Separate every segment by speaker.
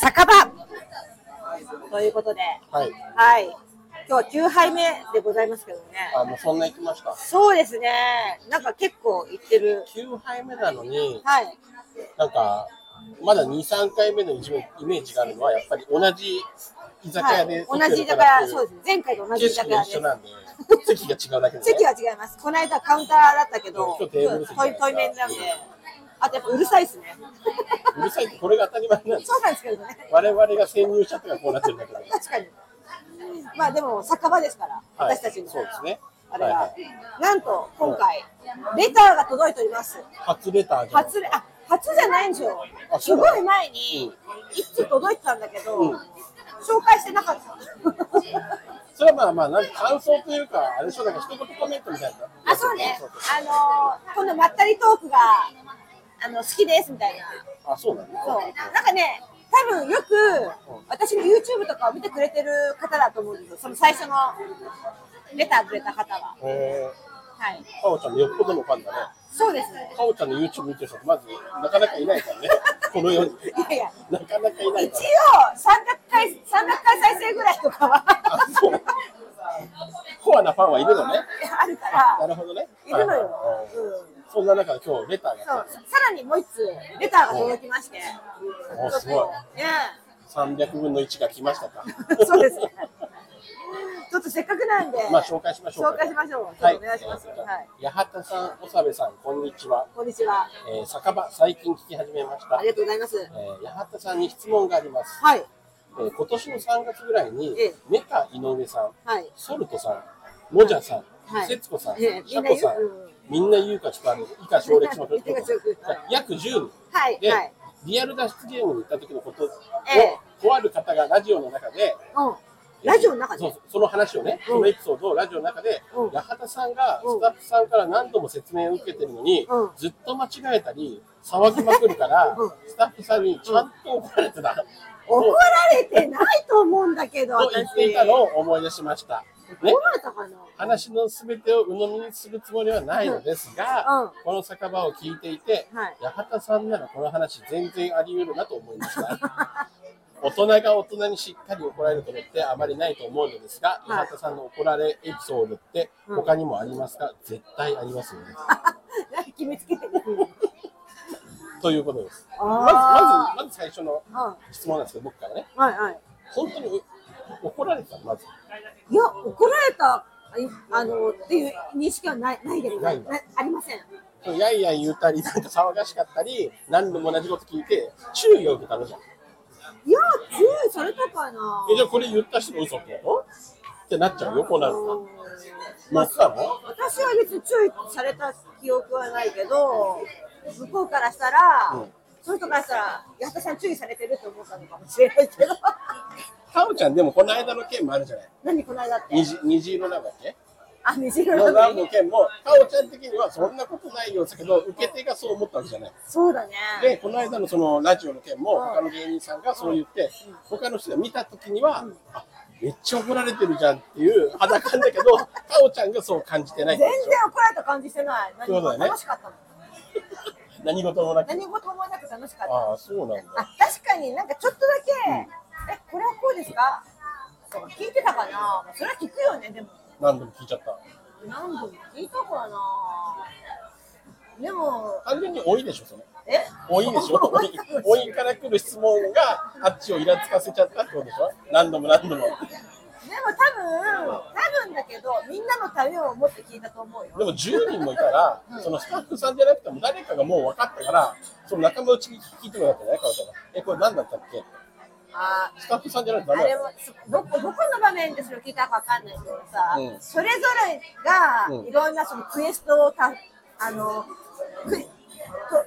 Speaker 1: 酒場ということで、
Speaker 2: はい。
Speaker 1: はい。今日9杯目でございますけどね。
Speaker 2: あ、もうそんな行きました。
Speaker 1: そうですね。なんか結構行ってる。
Speaker 2: 9杯目なのに、
Speaker 1: はい。
Speaker 2: なんか、まだ2、3回目のイメージがあるのは、やっぱり同じ居酒
Speaker 1: は
Speaker 2: 屋
Speaker 1: い、
Speaker 2: で、
Speaker 1: 同じ居酒屋、そう
Speaker 2: で
Speaker 1: ですね。前回と同じ
Speaker 2: 景
Speaker 1: 居酒
Speaker 2: 色
Speaker 1: 屋
Speaker 2: が
Speaker 1: で
Speaker 2: 一
Speaker 1: す
Speaker 2: 緒。 なんで、席が違うだけで、ね。
Speaker 1: 席は違います。この間カウンターだったけど、
Speaker 2: 今日テーブル席じゃ
Speaker 1: トイ
Speaker 2: ないですか
Speaker 1: トイメンなんで、あとやっぱうるさいですね。
Speaker 2: うるさいって、これが当たり前なんです
Speaker 1: そ。うなんですけどね。
Speaker 2: 我々が潜入者とかこうなってるだけで。
Speaker 1: 確かに。まあでも酒場ですから、
Speaker 2: はい
Speaker 1: 私たちの。
Speaker 2: そうですね。
Speaker 1: あれは、
Speaker 2: はいはい
Speaker 1: なんと今回、レターが届いております。
Speaker 2: 初レターじゃん。
Speaker 1: 初レあ初じゃないんですよ
Speaker 2: あ。
Speaker 1: す
Speaker 2: そう
Speaker 1: ご
Speaker 2: なの
Speaker 1: い前に一通届いてたんだけど、
Speaker 2: うん
Speaker 1: 紹介してな かった。
Speaker 2: それはまあまあ、なんか感想というか、あれでしょ、なんか一言コメントみたいな。
Speaker 1: あ、そうね。あのー、このまったりトークが、あの、好きですみたいな。
Speaker 2: あ、そうなんだ。
Speaker 1: そう。なんかね、多分よく、私の YouTube とかを見てくれてる方だと思うんですよ。その最初のレターくれた方は。
Speaker 2: へ
Speaker 1: はい。
Speaker 2: え。かおちゃんのよっぽどのファンだね。
Speaker 1: そうですね。
Speaker 2: かおちゃんの YouTube 見てる人ってまずなかなかいないからね、この世に。
Speaker 1: いやいや、
Speaker 2: なかなかいな
Speaker 1: 一応
Speaker 2: い
Speaker 1: 300
Speaker 2: から。
Speaker 1: 回、300回再生ぐらいとかは
Speaker 2: あ、そう。コアなファンはいるのね。
Speaker 1: あるから
Speaker 2: な、るほどね。
Speaker 1: いるの
Speaker 2: はい
Speaker 1: よ
Speaker 2: は。い
Speaker 1: うん
Speaker 2: そんな中、今日レター
Speaker 1: そ
Speaker 2: が
Speaker 1: うさらにもう一通レターが届きまして、
Speaker 2: おすごい。
Speaker 1: ね
Speaker 2: 300分の1が来ましたか。
Speaker 1: え、そうですね。ちょっとせっかくなんで、
Speaker 2: まあ、紹介しましょうか。
Speaker 1: 紹介しましょう
Speaker 2: はい。
Speaker 1: お願いしますはい
Speaker 2: えー八幡さん、長部さん、こんにちは。
Speaker 1: こんにちは。
Speaker 2: えー酒場、最近聞き始めました
Speaker 1: あり。がとうございます。
Speaker 2: えー八幡さんに質問があります。
Speaker 1: はい、
Speaker 2: えー今年の3月ぐらいに
Speaker 1: ええ、
Speaker 2: メカ井上さん、
Speaker 1: はい、
Speaker 2: ソルトさん、モジャさん、
Speaker 1: はい
Speaker 2: 節子さん、
Speaker 1: ええ
Speaker 2: シャコさん、みんな言うかちょっとあの以下省略しましょ
Speaker 1: 言
Speaker 2: う
Speaker 1: ってください
Speaker 2: 約10人
Speaker 1: はい、
Speaker 2: で、
Speaker 1: はい、
Speaker 2: リアル脱出ゲームに行った時のことを、
Speaker 1: ええ
Speaker 2: とある方がラジオの中で、
Speaker 1: うん、ラジオの中で
Speaker 2: そうそうその話をね、
Speaker 1: うん
Speaker 2: そのエピソードをラジオの中で、
Speaker 1: うん
Speaker 2: 八幡さんが
Speaker 1: うん
Speaker 2: スタッフさんから何度も説明を受けてるのに、
Speaker 1: うん
Speaker 2: ずっと間違えたり、騒ぎまくるから、
Speaker 1: うん
Speaker 2: スタッフさんにちゃんと怒られてた、
Speaker 1: 怒
Speaker 2: と
Speaker 1: られてないと思うんだけど、
Speaker 2: と
Speaker 1: 私
Speaker 2: 言っていたのを思い出しました。ね
Speaker 1: どう、なった かな
Speaker 2: 話のすべてを鵜呑みにするつもりはないのです
Speaker 1: うんうん
Speaker 2: が、この酒場を聞いていて、
Speaker 1: はい
Speaker 2: 八幡さんならこの話全然あり得るなと思いました。 大人が大人にしっかり怒られることってあまりないと思うのですが、
Speaker 1: はい
Speaker 2: 八幡さんの怒られエピソードって
Speaker 1: うん
Speaker 2: 他にもありますか、絶対ありま すよね。
Speaker 1: なんか決めつけてる。
Speaker 2: ということです。まず、ま
Speaker 1: あ
Speaker 2: ず、まず最初の
Speaker 1: ーうん、
Speaker 2: 質問なんですけど、僕からね。
Speaker 1: はい、はい。
Speaker 2: 本当にう怒られてたのまず。
Speaker 1: いや、怒られた、あの、っていう認識はない、ないです。
Speaker 2: ないんだ
Speaker 1: ありません。
Speaker 2: やいやい言うたり、なんか騒がしかったり、何度も同じこと聞いて、注意を受けたのじゃん。
Speaker 1: いや、注意されたかな。
Speaker 2: えじゃあこれ言った人が嘘ってことってなっちゃうよ、こうなると。まあ、そうなの
Speaker 1: 私は別に注意された記憶はないけど、向こうからしたら、
Speaker 2: うん
Speaker 1: その人からしたら、八幡さん注意されてると思ったのかもしれないけど、
Speaker 2: かおちゃん、でもこの間の件もあるじゃない
Speaker 1: 何この間って。
Speaker 2: 虹虹色なんだっけ
Speaker 1: あ、虹色
Speaker 2: の
Speaker 1: な
Speaker 2: ラ
Speaker 1: ん
Speaker 2: ブの
Speaker 1: だ。
Speaker 2: 件も、かおちゃん的にはそんなことないようだけど、受け手がそう思ったわけじゃない。
Speaker 1: そうだね。
Speaker 2: で、この間のそのラジオの件も、他の芸人さんがそう言って、他の人が見た時には、あめっちゃ怒られてるじゃんっていう肌感だけど、かおちゃんがそう感じてないっ
Speaker 1: 全
Speaker 2: て
Speaker 1: 然
Speaker 2: ことでしょ
Speaker 1: 怒られた感じしてない。何
Speaker 2: そうだ
Speaker 1: も
Speaker 2: よね
Speaker 1: 楽しかったもん。
Speaker 2: 何事もなく。
Speaker 1: 何事もなく楽しかった。
Speaker 2: ああ、そうなんだ。
Speaker 1: あ確かになんかちょっとだけ、えこれはこうですかとか聞いてたかなそれは聞くよねでも
Speaker 2: 何度も聞いちゃった。
Speaker 1: 何度も聞いたかなでも
Speaker 2: 完全に多いでしょ、それ。
Speaker 1: え
Speaker 2: 多いでしょ
Speaker 1: 多いかもしれない
Speaker 2: 多いから来る質問があっちをイラつかせちゃったってことでしょ何度も何度
Speaker 1: で
Speaker 2: も
Speaker 1: も多分多分だけどみんなのためを思って聞いたと思うよ
Speaker 2: でも10人もいたら、そのスタッフさんじゃなくても誰かがもう分かったからその仲間内に聞いてもらったんじゃないかおちゃんがえこれ何だったっけ
Speaker 1: あ
Speaker 2: スタッフさんじゃなくて
Speaker 1: あ
Speaker 2: ダメだ
Speaker 1: れ
Speaker 2: っ
Speaker 1: もそどこどこの場面でそれを聞いたかわかんないけどさ、
Speaker 2: うん
Speaker 1: それぞれが
Speaker 2: うん
Speaker 1: いろんなそのクエストをたあのくと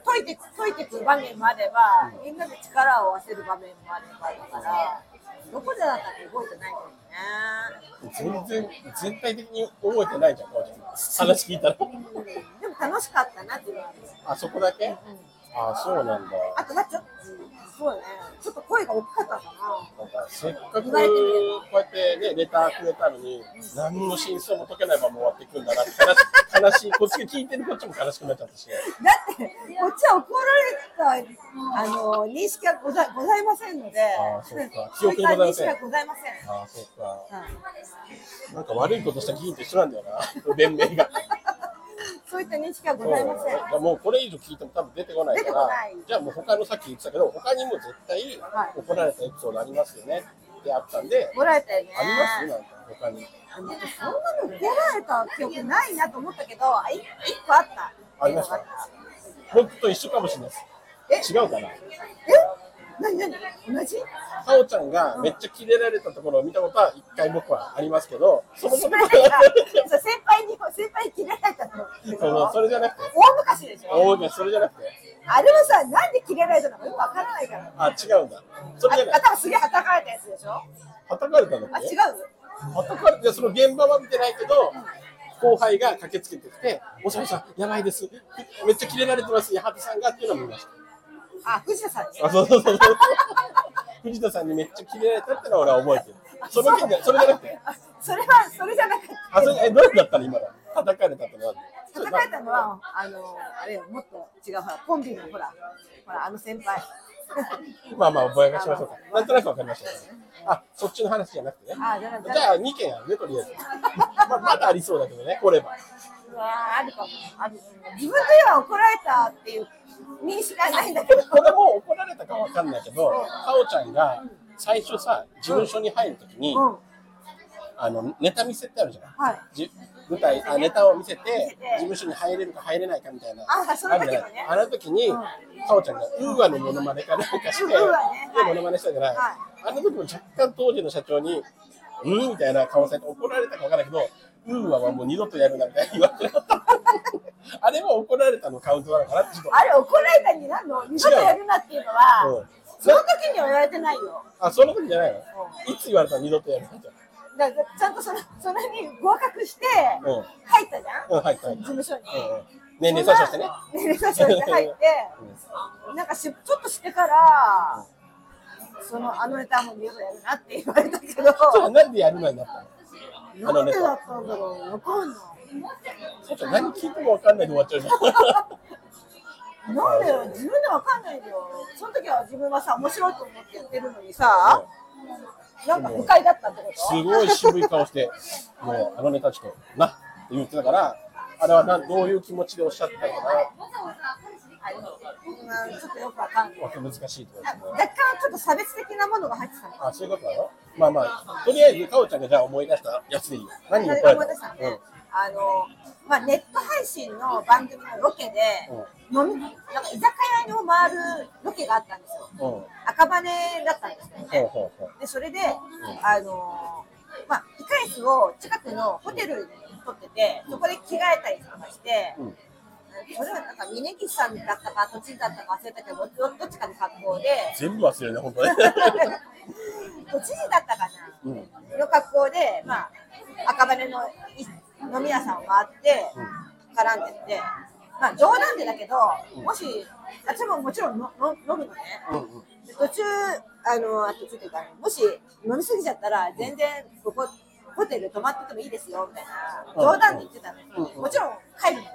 Speaker 1: 解いて解いていく場面もあれば、みんなで力を合わせる場面もあればだから、どこでだったか動いてないんだよね。
Speaker 2: たの全然全体的に覚えてないじゃんおちゃん話聞いたら
Speaker 1: うんでも楽しかったなっていうのはある
Speaker 2: あそこだけあそうなんだ。
Speaker 1: あとはちょっと、そうね、ちょっと声が大きかったかな。
Speaker 2: なんかせっかくこ
Speaker 1: 言
Speaker 2: う
Speaker 1: われてみ
Speaker 2: やってね、レターくれたのに、何の真相も解けないまま終わっていくんだなって悲し、悲しい、こっちが聞いてるこっちも悲しくなっちゃったし、
Speaker 1: だって、こっちは怒られた、あの、認識はござございませんので
Speaker 2: あーそうか、記憶に
Speaker 1: そうい
Speaker 2: ご
Speaker 1: った認
Speaker 2: ざいません
Speaker 1: 識はございません。
Speaker 2: ああ、そうか、
Speaker 1: はい
Speaker 2: なんか悪いことした議員と一緒なんだよな、弁明が。
Speaker 1: そういった認識は
Speaker 2: そう
Speaker 1: ござ
Speaker 2: ないん
Speaker 1: ません。
Speaker 2: だよもうこれ以上聞いても多分出てこないか
Speaker 1: 出てこ
Speaker 2: ら
Speaker 1: ない、
Speaker 2: じゃあもう他のさっき言ってたけど、他にも絶対
Speaker 1: はい
Speaker 2: 怒られたエピソードありますよねってあったんで、
Speaker 1: 怒られたよね。
Speaker 2: ありますなんか他に。
Speaker 1: あのそんなの怒られた記憶ないなと思ったけど、あい一個あった。
Speaker 2: ありました僕と一緒かもしれないです。違うかな。
Speaker 1: え、なになに、同じ。
Speaker 2: かおちゃんがめっちゃキレられたところを見たことは一回僕はありますけど、その
Speaker 1: そ
Speaker 2: そ
Speaker 1: れ
Speaker 2: れ
Speaker 1: なんか そう先輩に、先輩に切られたの。
Speaker 2: それじゃなくて、
Speaker 1: 大昔でしょ
Speaker 2: 大昔それじゃなくて、
Speaker 1: あれはさ、なんで切られたのかよくわからないから。
Speaker 2: あ、違うんだ。それじゃ
Speaker 1: あ
Speaker 2: ない。
Speaker 1: 頭すげえ叩かれたやつでしょ
Speaker 2: はたかれたの
Speaker 1: あ、違う
Speaker 2: はたかれて、その現場は見てないけど、後輩が駆けつけてきて、おさむさん、やばいです。めっちゃキレられてます、矢作さんがっていうのを見まし。
Speaker 1: あ、藤田さんでした
Speaker 2: あ、そうそ うそうそう。藤田さんにめっちゃキレられたってのは俺は覚えてる。その件で、それじゃなくて。
Speaker 1: あそれは、それじゃなかっ
Speaker 2: あ、それ、え、どうだったの今の。叩かれたってのは。
Speaker 1: た。叩かれたのは、あの、あれよ、もっと違う、ほら、コンビのほら、ほら、あの先輩。
Speaker 2: まあまあ、ぼやかしましょうか。なんとなくわかりました、ね。あ、そっちの話じゃなくてね。
Speaker 1: あじゃなくて
Speaker 2: じゃあ、2件あるね、とりあえず。まあ、まだありそうだけどね、これば。
Speaker 1: うわーあるかも。ある自分では怒られたっていう認識がないんだけど。
Speaker 2: これも怒られたかわかんないけど、かおちゃんが最初さ、事務所に入るときに、
Speaker 1: うん。
Speaker 2: あの、ネタ見せってあるじゃない。
Speaker 1: はい。
Speaker 2: じ舞台あネタを見せて
Speaker 1: せて
Speaker 2: 事務所に入れるか入れないかみたいな
Speaker 1: あその時のね
Speaker 2: あるじゃないあの時に、
Speaker 1: うん
Speaker 2: かおちゃんがウーアのモノマネかなんかして、
Speaker 1: うんウーアね
Speaker 2: でモノマネしたじゃない、
Speaker 1: は
Speaker 2: あの時も若干当時の社長に「うん?」みたいな顔されて怒られたかわからないけど「ウーアはもう二度とやるな」みたいな言われたあれも怒られたのカウントなのかなってちょっと
Speaker 1: あれ怒られたになんの二度とやるなっていうの
Speaker 2: うん
Speaker 1: は、その時には言われてないよ。
Speaker 2: あその時じゃないのいつ言われたら二度とやるなみたい
Speaker 1: だからちゃんとそのそれに合格して
Speaker 2: なうん
Speaker 1: 入ったじゃん、
Speaker 2: うん入った入っ
Speaker 1: 事
Speaker 2: た
Speaker 1: 務所に。
Speaker 2: うんうん年齢詐称してね
Speaker 1: 年齢詐称して入って、なんかしちょっとしてから、そのあのネタも見ようやるなって言われたけど、
Speaker 2: そうなんでやるなになったのあ
Speaker 1: なん
Speaker 2: の
Speaker 1: で
Speaker 2: ネ
Speaker 1: だ
Speaker 2: タ
Speaker 1: ったんだろう、わかんな
Speaker 2: そうじゃん何聞いてもわかんないで終わっちゃうじゃん
Speaker 1: い。なんでよ、自分でわかんないよ。その時は自分はさ、面白いと思ってやってるのにさ、なんか不快だったってこと
Speaker 2: すごい渋い顔して、もうあのネタちょっとなって言ってたから、あれはなどういう気持ちでおっしゃったのか
Speaker 1: うんちょっとよくわかんない。
Speaker 2: な、わけ難しいところですね。
Speaker 1: 若干ちょっと差別的なものが入ってたの。
Speaker 2: あ、そういうことなのまあまあ、とりあえず、かおちゃんがじゃあ思い出したやつでいいよ。何
Speaker 1: そ
Speaker 2: を
Speaker 1: れが
Speaker 2: 怒ら
Speaker 1: 思い
Speaker 2: れ
Speaker 1: 出したた
Speaker 2: の
Speaker 1: のね、あの、まあ、ネット配信の番組のロケで、飲み、なんか居酒屋を回るロケがあったんですよ。
Speaker 2: うん、うん、
Speaker 1: 赤羽だったんですけどね。
Speaker 2: ほうほうほう。
Speaker 1: で、それで、あの、まあ、控え室を近くのホテルに取ってて、そこで着替えたりとかして、
Speaker 2: うん
Speaker 1: それはなんか峯岸さんだったか、栃木だったか忘れたけど、どどっちかの格好で、
Speaker 2: 全部忘れるね、本当ね。
Speaker 1: 都知事だったかな、
Speaker 2: うん
Speaker 1: の格好で、まあ、赤羽のい飲み屋さんを回って、絡んでって、まあ、冗談でだけど、もし、あっちももちろんのの飲むのね、
Speaker 2: うんうん
Speaker 1: で途中、あの、あとちょっというか、もし飲みすぎちゃったら、全然ここ、ホテル泊まっててもいいですよ、みたいな、冗談で言ってたの、
Speaker 2: うんうん
Speaker 1: もちろん帰るのよ。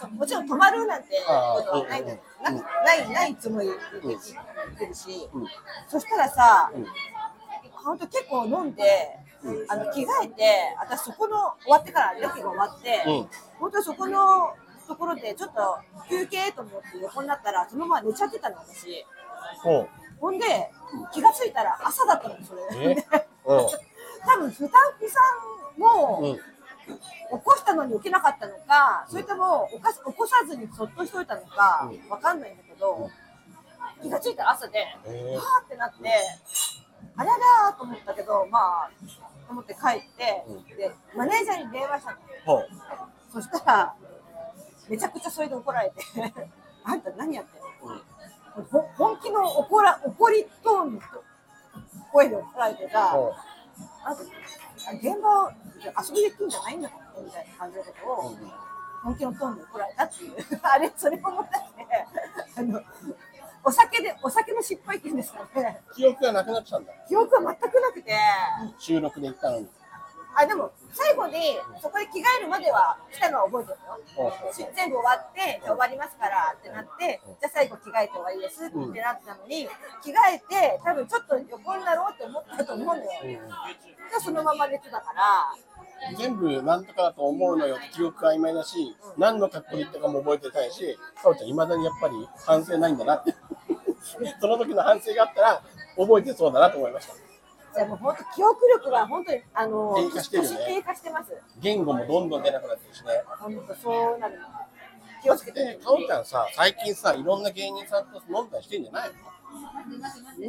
Speaker 1: そうもちろん泊まるなんてことはないの、
Speaker 2: あーうんう
Speaker 1: な
Speaker 2: ん
Speaker 1: ないないつもりで言ってるし、
Speaker 2: うん
Speaker 1: そしたらさ、
Speaker 2: うん
Speaker 1: 本当結構飲んで、あの着替えて、私そこの終わってからロケが終わって、
Speaker 2: うん
Speaker 1: 本当そこのところでちょっと休憩と思って横になったら、そのまま寝ちゃってたの私。
Speaker 2: ほう。
Speaker 1: ほんで気がついたら朝だったのそれ。
Speaker 2: え
Speaker 1: で
Speaker 2: うん
Speaker 1: 多分スタッフさんも、
Speaker 2: うん
Speaker 1: 起こしたのに起きなかったのか、それとも起かす起こさずにそっとしといたのか
Speaker 2: う、
Speaker 1: わかんないんだけど、気がついたら朝で、は
Speaker 2: えー
Speaker 1: ーってなって、あららーと思ったけど、まあ、と思って帰って、で、マネージャーに電話したの。
Speaker 2: ほう。
Speaker 1: そしたら、めちゃくちゃそれで怒られて、 あんた何やってんのほ本気の怒ら怒りトーンの声で怒られてさ、
Speaker 2: ほう。
Speaker 1: あと、現場を遊びで行くんじゃないんだからねみた いな感じのことを、本気のトーンで怒られたっていう、あれ、それを思ったんで、あのお酒でお酒の失敗っていうんですかね
Speaker 2: 記憶がなくなっちゃうんだ
Speaker 1: 記憶は全くなくて
Speaker 2: 収録で行ったのに
Speaker 1: あでも最後にそこで着替えるまでは来たのは覚えてる
Speaker 2: ほう
Speaker 1: よ
Speaker 2: ほう
Speaker 1: し全部終わってじゃあ終わりますからってなってじゃあ最後着替えて終わりですってなったのに着替えて多分ちょっと横になろうって思ったと思うんだよでそのまま寝てたから
Speaker 2: 全部なんとかだと思うのよって記憶が曖昧だし何の格好で行ったかも覚えてないしかおちゃんいまだにやっぱり反省ないんだなって その時の反省があったら覚えてそうだなと思いました
Speaker 1: じゃあもう本当記憶力が本当にあの
Speaker 2: 低下してるよね
Speaker 1: 低下してます
Speaker 2: 言語もどんどん出なくなってるしね
Speaker 1: 本当そうなる気
Speaker 2: 気
Speaker 1: を
Speaker 2: を
Speaker 1: つ
Speaker 2: つ
Speaker 1: け
Speaker 2: け
Speaker 1: てね
Speaker 2: て、かおちゃんさ、最近さ、いろんな芸人さんと飲んだりしてんじゃないの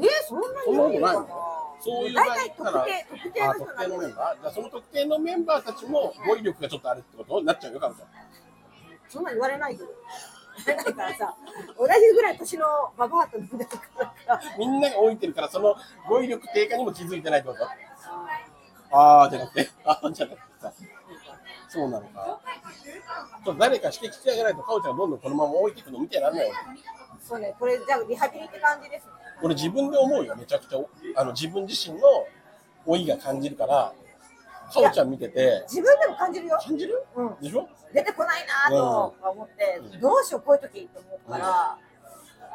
Speaker 1: えそんな
Speaker 2: そん
Speaker 1: に
Speaker 2: な
Speaker 1: 多い
Speaker 2: ことない
Speaker 1: の
Speaker 2: の
Speaker 1: か
Speaker 2: そういう場合
Speaker 1: 大体特定特定
Speaker 2: あ
Speaker 1: の人
Speaker 2: 特
Speaker 1: な
Speaker 2: 定
Speaker 1: んで
Speaker 2: のメンバーじゃあその特定のメンバーたちも語彙力がちょっとあるってことになっちゃうよ、かおちゃん。
Speaker 1: そんなん言われないよ。 だからさ、同じぐらい年のババアと飲んでるから。
Speaker 2: みんなが置いてるから、その語彙力低下にも気づいてないってことあーじゃなくて、あーじゃなくてさ。そうなのか。ちょっと誰か指摘してあげないと、かおちゃんどんどんこのまま置いていくの見てらんないよ。
Speaker 1: そうね、これじゃあリハビリって感じですね。
Speaker 2: 俺自分で思うよ、めちゃくちゃ。あの自分自身の老いが感じるから、かおちゃん見てて、
Speaker 1: 自分でも感じるよ。
Speaker 2: 感じる
Speaker 1: うん
Speaker 2: でしょ
Speaker 1: 出てこないなとか思って、どうしようこういう時って思うから、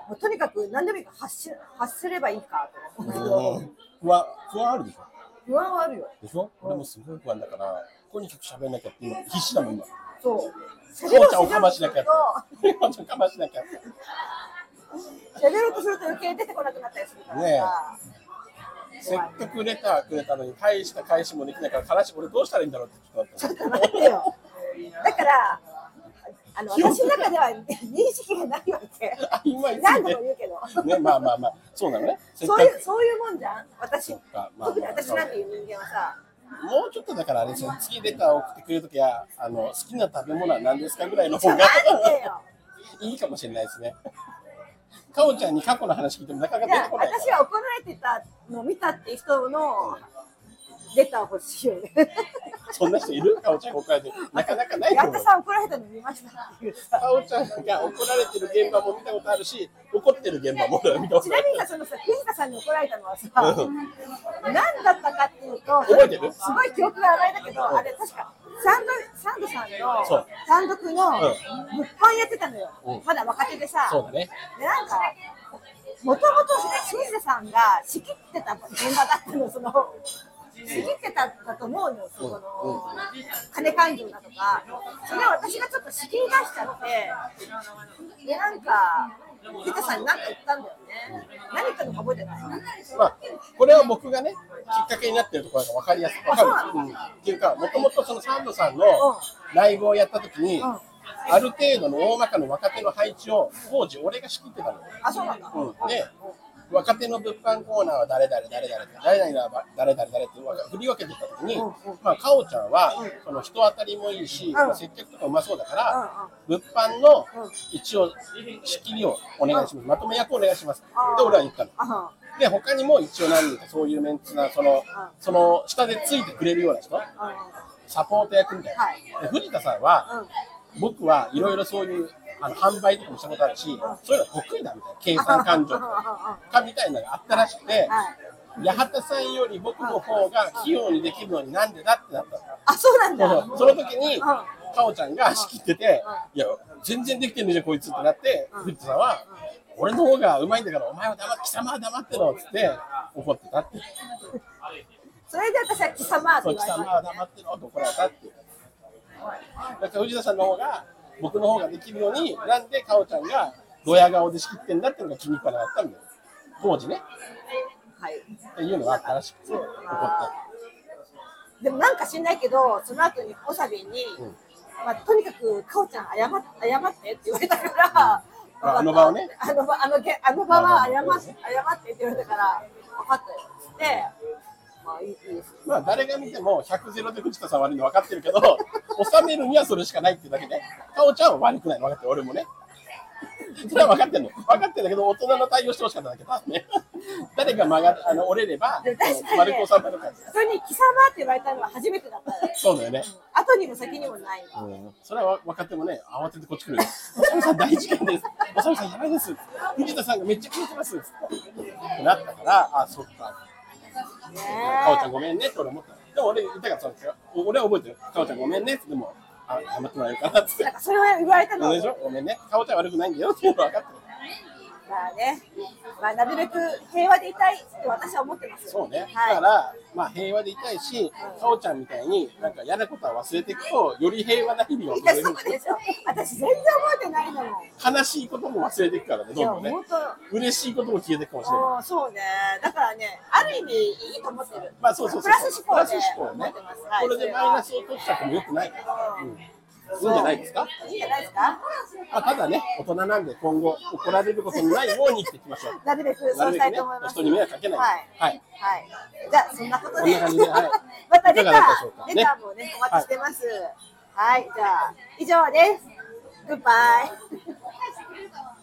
Speaker 1: もうとにかく何でもいいから発し発すればいいかと思うけど、
Speaker 2: 不安、不安あるでしょ
Speaker 1: 不安はあるよ。
Speaker 2: でしょ俺もすごい不安だから、とにかく喋んなきゃって今必死だもん今。か
Speaker 1: そう。
Speaker 2: おちゃんをかましなきゃって。かおちゃんをかましなきゃって。
Speaker 1: 喋ろうとすると余計出てこなくなったりするから
Speaker 2: ね
Speaker 1: さ。
Speaker 2: せっかくレターくれたのに、返した返しもできないから、悲しい。俺どうしたらいいんだろうってちょっとなった
Speaker 1: 待ってよ。だから、あの私の中では認識がないわけ。
Speaker 2: あ今言
Speaker 1: 何
Speaker 2: っ
Speaker 1: 度
Speaker 2: て
Speaker 1: も言う けど。
Speaker 2: ね、まあまあまあ、そうなのね。せっか
Speaker 1: そういう
Speaker 2: く。
Speaker 1: そういうもんじゃん。私、
Speaker 2: そっかまあ
Speaker 1: 特に私なんていう人間はさ、
Speaker 2: もうちょっとだからあれですよ、次レターを送ってくれるときは、あの、好きな食べ物は何ですかぐらいの方
Speaker 1: なん
Speaker 2: が
Speaker 1: でよ。
Speaker 2: いいかもしれないですね。かおちゃんに過去の話聞いてもなかな
Speaker 1: じ
Speaker 2: か出
Speaker 1: ゃあ
Speaker 2: てこないから。
Speaker 1: 私は怒られてたのを見たって人のレター欲しいよね。
Speaker 2: そんな人いるかおちゃんが怒られてる。なかなかないと
Speaker 1: や
Speaker 2: 思
Speaker 1: っ
Speaker 2: う
Speaker 1: と。さん怒られたの見ましたっていう さ。
Speaker 2: かおちゃんが怒られてる現場も見たことあるし、怒ってる現場も見たこと
Speaker 1: ち
Speaker 2: あ
Speaker 1: な
Speaker 2: る
Speaker 1: みに。さそのさ藤田さんに怒られたのはさ、
Speaker 2: うん
Speaker 1: 何だったかっていうと、
Speaker 2: 覚えてる
Speaker 1: すごい記憶が荒いだけど、あれ確かサンドサンドさん
Speaker 2: そ
Speaker 1: の
Speaker 2: う
Speaker 1: 単独の物販やってたのよ、
Speaker 2: うん
Speaker 1: まだ若手でさ、
Speaker 2: そうだね。
Speaker 1: でなんかもともと藤田さんが仕切ってた現場だったのその。仕切ってたんだと思うのよ、そこの、金勘定だとか、それを私がちょっと仕切り出しちゃって、で、なんか、藤田さんに何か言ったんだよね、何言ったのか覚えてない、
Speaker 2: まあ、これは僕がね、きっかけになってるところが分かりやすい。分かる
Speaker 1: あそうな。
Speaker 2: うんっていうか、もともとそのサンドさんの
Speaker 1: ん
Speaker 2: ライブをやった時に、
Speaker 1: うん
Speaker 2: ある程度の大まかの若手の配置を当時俺が仕切ってたのよ。
Speaker 1: あ、そうなんだ。
Speaker 2: うん、で、若手の物販コーナーは誰々誰々誰々は誰々誰々って振り分けてた時に、まあ、かおちゃんはその人当たりもいいし、まあ接客とかうまそうだから、物販の一応仕切りをお願いします、まとめ役をお願いしますって俺は言ったの。
Speaker 1: あ
Speaker 2: で、他にも一応何人かそういうメンツな、その、その下でついてくれるような人、
Speaker 1: あ、
Speaker 2: サポート役みたいな。
Speaker 1: はい
Speaker 2: で藤田さんは、僕はいろいろそういうあの販売とかもしたことあるし、そういうの得意だみたいな、計算感情と かかみたいなのがあったらしくて、八幡さんより僕の方が器用にできるのになんでだってなったの。
Speaker 1: あ、そうなんだ。
Speaker 2: そうそうその時に、かおちゃんが仕切ってて、いや、全然できてるじゃん、こいつってなって、藤田さんは、俺の方がうまいんだから、お前は黙って、貴様は黙ってろっつって怒ってたって。
Speaker 1: それで私は貴様って
Speaker 2: そう
Speaker 1: 言
Speaker 2: 貴様
Speaker 1: わ
Speaker 2: は黙ってろって怒られたっていう。だから藤田さんの方が、僕の方ができるのに、なんでかおちゃんがドヤ顔で仕切ってんだっていうのが気に食わなかったんだよ。当時ね。
Speaker 1: れて。はい。
Speaker 2: っていうのがあったらしくて、怒った。
Speaker 1: でもなんか知んないけど、その後におさびに、まあ、とにかく、かおちゃん謝っ、謝ってって言われたから、
Speaker 2: ああの場をね
Speaker 1: あの場、あのげあの場は謝
Speaker 2: まあまあまあ
Speaker 1: 謝ってって言われたから、分かったよっつって、まあいいいいです。
Speaker 2: まあ誰が見ても100ゼロで藤田さん悪いの分かってるけど、収めるにはそれしかないっていうだけで、かおちゃんは悪くないの分かってる、俺もね。それは分かってるの。分かってるんだけど、大人の対応してほしかっただけだね。誰が曲があの折れれば
Speaker 1: でも確かにね
Speaker 2: 丸く収まるから
Speaker 1: それに貴様って言われたのは初めてだったよ。
Speaker 2: そうだよね、
Speaker 1: 後にも先にもない。
Speaker 2: うん、それは分かってもね慌ててこっち来るよおさむさん大事 件ですおさむさんやばいです藤田さんがめっちゃ聞いてますってなったからあそっか
Speaker 1: ね
Speaker 2: かおちゃんごめんねって俺思ったでも俺言ったからその俺は覚えてるかおちゃんごめんねってでもあ謝ってもらえるかなって
Speaker 1: なんかそれは言われたの
Speaker 2: そうでしょごめんねかおちゃん悪くないんだよっていうの分かってる
Speaker 1: まあね、まあ、なるべく平和でいたいって私は思ってます。
Speaker 2: そうね、だ
Speaker 1: は
Speaker 2: から、まあ、平和でいたいし、かおちゃんみたいに、なんか嫌なことは忘れていくと、より平和な日々を
Speaker 1: い。い
Speaker 2: 送
Speaker 1: や、
Speaker 2: れ
Speaker 1: そ
Speaker 2: る
Speaker 1: う。でしょ。私全然覚えてないのも。
Speaker 2: 悲しいことも忘れていくからね、
Speaker 1: いや、
Speaker 2: どんどんね
Speaker 1: 本。当。
Speaker 2: 嬉しいことも消えていくかもしれない。
Speaker 1: ああ、そうね。だからね、ある意味いいと思ってる。
Speaker 2: まあ、そうそうそう。
Speaker 1: プラス思考で
Speaker 2: プラス思考
Speaker 1: 思っ
Speaker 2: ね
Speaker 1: てます。はい
Speaker 2: これでマイナスを取っちゃってもよくないから。うん。いいんじゃないですか。
Speaker 1: いいんじゃないですか。
Speaker 2: まあ、ただね、大人なんで、今後怒られることのないように生きていきましょう。
Speaker 1: なるべくそうしたいと思います。
Speaker 2: なるべくね人に迷惑かけないように
Speaker 1: はい。
Speaker 2: はい。
Speaker 1: はい。じゃあそんなことで、
Speaker 2: こんな感じではい
Speaker 1: またレ
Speaker 2: いかがだったでしょう
Speaker 1: タ
Speaker 2: か
Speaker 1: ー、レターもね、お待ちしてます。はい、じゃあ以上です。グッバイ。